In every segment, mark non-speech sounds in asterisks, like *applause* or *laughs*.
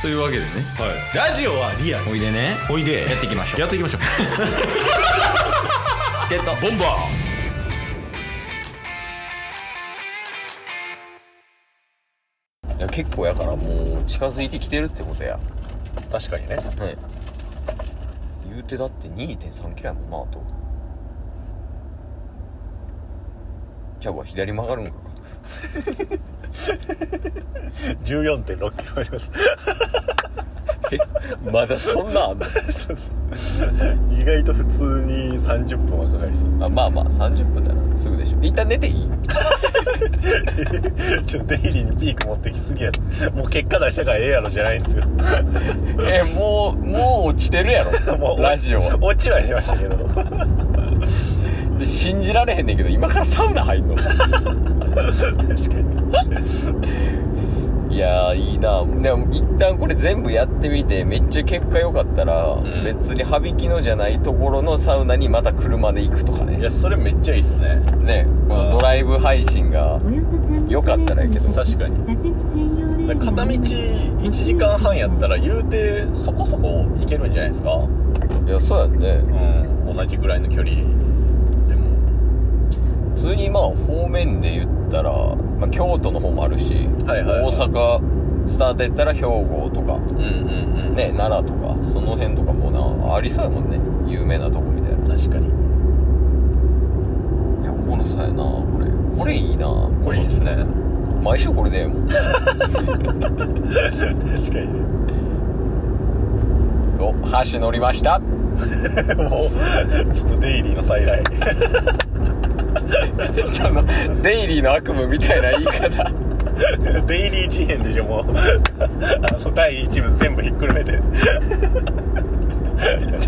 というわけでねはい、ラジオはリアルおいでねおいでやっていきましょうやっていきましょうゲットボンバいや結構やからもう近づいてきてるってことやー確かにねね言うてだって2 3キロやもんなあとキャブは左曲がるんか1 4 6キロありますまだそんなあんのそうそう意外と普通に30分はかかりそうあまあまあ30分だなすぐでしょ一旦寝ていいちょっとデイリーにピーク持ってきすぎやもう結果出したからええやろじゃないんですよ *laughs* えもうもう落ちてるや *laughs* ろもうラジオは落ちはしましたけどで信じられへんねんけど今からサウナ入んの確かにいやーいいなでも一旦これ全部やってみてめっちゃ結果良かったら、ん別に羽引きのじゃないところのサウナにまた車で行くとかいねやそれめっちゃいいっすねねこのドライブ配信がよかったらいいけど確かにだから片 *laughs* 道1時間半やったら言うてそこそこ行けるんじゃないですかいやそうやんねうん同じぐらいの距離でも普通にまあ方面で言ったら、まあ、京都の方もあるし、はいはいはい大阪スタートやったら兵庫とかうんうんうんね奈良とかその辺とかもなありそうやもんね有名なとこみたいな確かにいやおもろそうやなこれこれいいなこれいいっすね毎週これでええもん確かにねお箸乗りましたもうちょっとデイリーの再来 *laughs* そのデイリーの悪夢みたいな言い方デイリー事変でしょもうあの第1部全部ひっくるめて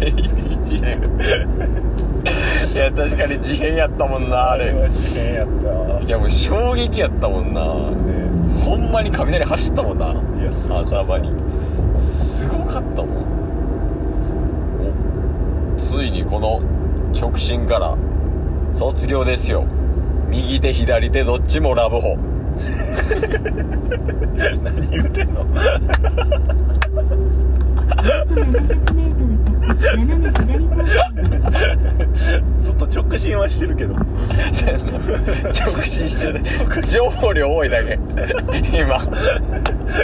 デイリー事変いや確かに事変やったもんなあれは事変やったいやもう衝撃やったもんなほんまに雷走ったもんないやすごい頭にすごかったもんおついにこの直進から卒業ですよ右手左手どっちもラブホ *laughs* 何言うてんのずっと直進はしてるけど *laughs* 直進してる情報量多いだけ *laughs* 今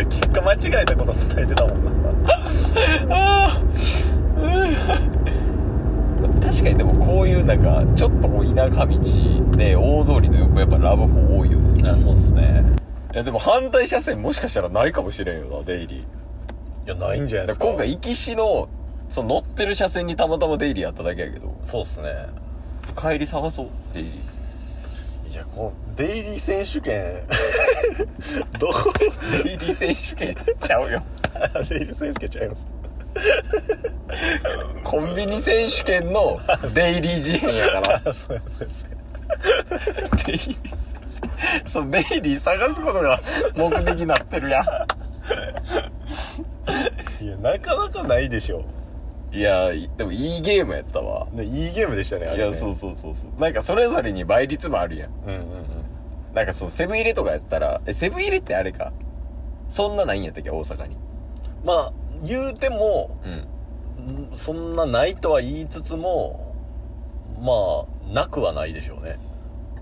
結果間違えたこと伝えてたもんな確かにでもこういうなんかちょっとこう田舎道で大通りの横やっぱラブホ多いよねあそうっすねいやでも反対車線もしかしたらないかもしれんよなデイリーいやないんじゃないでだすかから今回行きしのその乗ってる車線にたまたまデイリーやっただけやけどそうっすね帰り探そうデイリいやこのデイリー選手権 *laughs* どこーデイリー選手権ちゃうよあデイリー選手権ちゃいますコンビニ選手権のデイリー事変やからあそうですそうですデイリー選手権そうデイリー探すことが目的になってるやいやなかなかないでしょんいやいでもいいゲームやったわでいいゲームでしたねあいれねやそうそうそうそうなんかそれぞれに倍率もあるやんうんうんうんなんかそうセブン入れとかやったらえセブン入れってあれかそんなないんやったっけ大阪にまあ言うてもうんんそんなないとは言いつつもまあなくはないでしょうね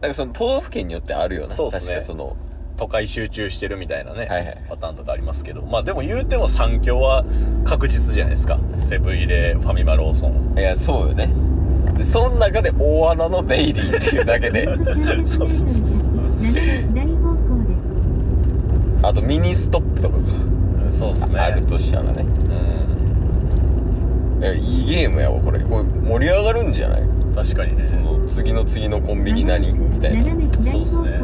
なんかその都道府県によってあるよなそうっすね確かその都会集中してるみたいなね、はいはいパターンとかありますけどまあでも言うても三強は確実じゃないですかセブン入れファミマローソンいやそうよねでその中で大穴のデイリーっていうだけ *laughs* でそう *laughs* そうそうそうあとミニストップとかうんそうっすねがあるとしたらねうんいやいいゲームやわこれこれ盛り上がるんじゃない確かにねその次の次のコンビニ何みたいなそうっすね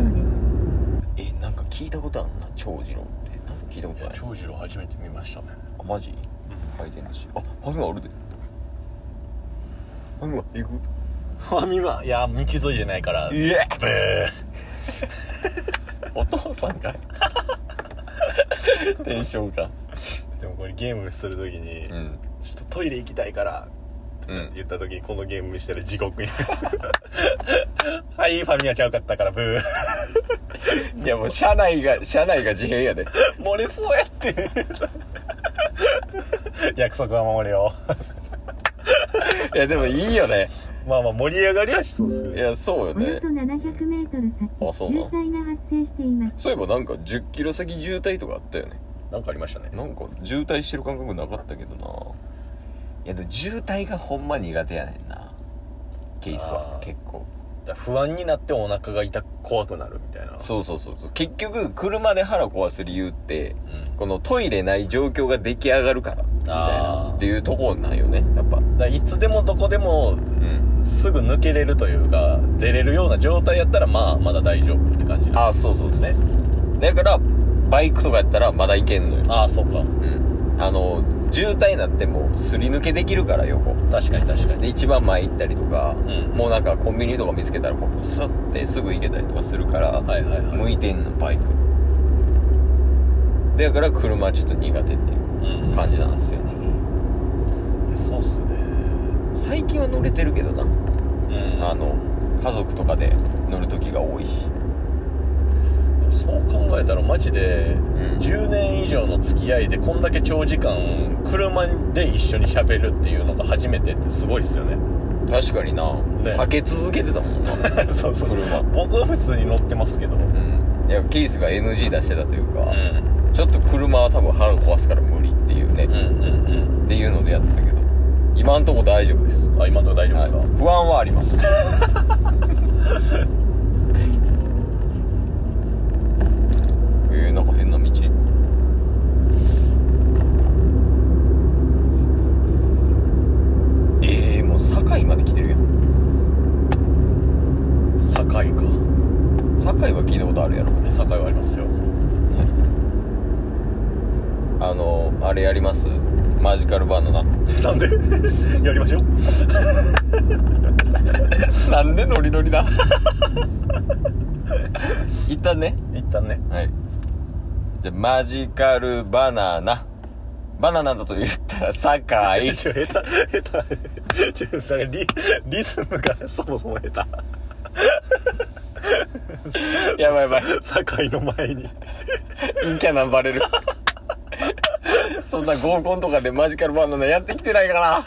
えなんか聞いたことあんな長次郎ってなんか聞いたことない長次郎初めて見ましたねあマジ回転だしあパフィマあるでパフィマ行くファミマいや道沿いじゃないからいええ *laughs* お父さんかいテンションがーでもこれゲームするときに、うんちょっとトイレ行きたいからうん言った時にこのゲーム見したら地獄になりますはいファミマちゃうかったからブ *laughs* ーいやもう車内が車内が自変やで漏れそうやって *laughs* 約束は守れよいやでもいいよねまあまあ盛り上がりはしそうですいねやそうよおよねそ700メートル先、あそうな渋の滞が発生しています。そういえばなんか1 0キロ先渋滞とかあったよねなんかありましたねなんか渋滞してる感覚なかったけどないやでも渋滞がほんま苦手やねんなケースはあー結構だから不安になってお腹が痛く怖くなるみたいなそうそうそうそう結局車で腹壊す理由ってう、ん、このトイレない状況が出来上がるからみたいあなーっていうとこなんよねやっぱだからいつでもどこでもうんすぐ抜けれるというか出れるような状態やったらまあまだ大丈夫って感じあなんーそうそうですねだからバイクとかやったらまだいけんのよああそうかうんあの渋滞になってもすり抜けできるから横確かに確かでに一番前行ったりとか、んもうなんかコンビニとか見つけたらこうスッてすぐ行けたりとかするから、はいはいはい向いてんのバイクだから車はちょっと苦手っていううん感じなんですよねそうっすね最近は乗れてるけどなうんあの家族とかで乗る時が多いしそう考えたらマジで、ん10年以上の付き合いでこんだけ長時間車で一緒に喋るっていうのが初めてってすごいっすよね確かにな、ね避け続けてたもんな、 *laughs* そうそう車僕は普通に乗ってますけどうんうん、いやケースが NG 出してたというか、ちょっと車は多分腹壊すから無理っていうね、うんうんっていうのでやってたけど今んとこ大丈夫です、うんあ今のとこ大丈夫ではいすか、不安はあります *laughs* えー、なんか変な道えー、もう堺まで来てるやん堺か堺は聞いたことあるやろ堺はありますよあのあれやりますマジカルバナナなんで *laughs* やりましょうなんでノリノリだ *laughs* 一旦ね一旦ねはい。じゃあ、マジカルバナナ。バナナだと言ったら、サッカー *laughs* い。ちょ下手下手ちょなんかリリズムがそもそも下やばいやばい。手堺の前に陰キャナンバレる。そんな合コンとかでマジカルバナナやってきてないから。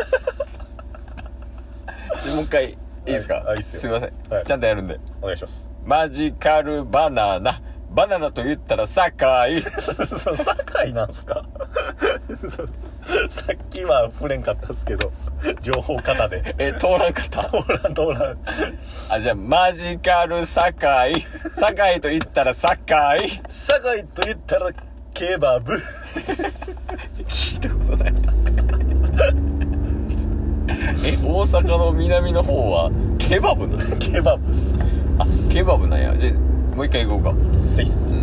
じゃあもう一回、いいですか、はいはいいいっすよすいません、はいちゃんとやるんで。お願いしますマジカルバナナ。バナナと言ったら、サッカーい。そう *laughs* 堺なんすか *laughs* そうさっきは触れんかったっすけど情報型でえ、通らんかった通らん通らんあ、じゃあ、マジカル堺イ。堺と言ったら、サッカーい。堺と言ったらケバブ聞いたことないえ大阪の南の方はケバブなのケバブっすあケバブなんやじゃもう一回行こうかせいっす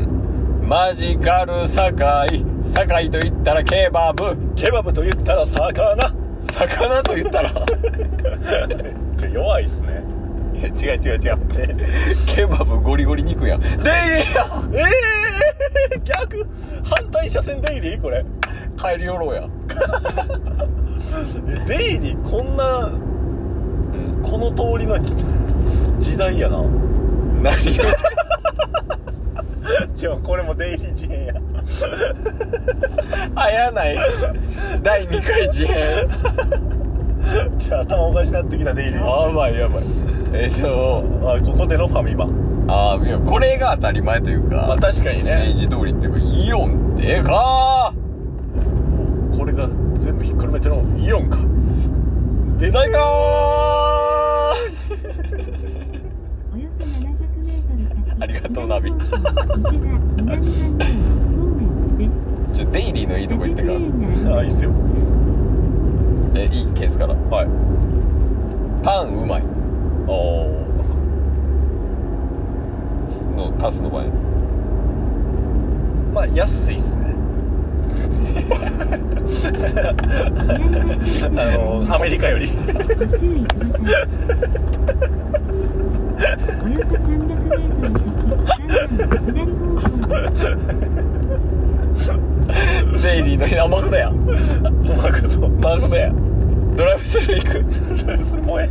マジカル堺堺と言ったらケバブケバブと言ったら魚魚と言ったら *laughs* ちょ弱いっすねいや違う違う違う *laughs* ケバブゴリゴリ肉やんデイリーやええー、逆反対車線出入りこれ帰り寄ろうやえデイリーこんなこの通りの時時代やな何言うて違うこれもデイリー事変やあやない第2回事変じゃあ頭おかしなってきたデイリーですやばいやばいえっ、とあここでのファミマまああいやこれが当たり前というかあ確かに明ね治通りっていうかイオンでかこれが全部ひっくるめてのイオンか出ないかーおよそ700メートル *laughs* ありが先、とうナビ池田南半島方面です。 *laughs* ー *laughs* ちょデイリーのいいとこ行ってから *laughs* あいいっすよえいいケースからはいパンうまいおのタスの場合ーまあ安いっすねあのアメリカよりご注意ください。およそ300メートル先、画面左方向です。デイリーの甘くだ *laughs* やうまくと甘くだやドライブスルー行くそれ *laughs* それもうえ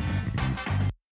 す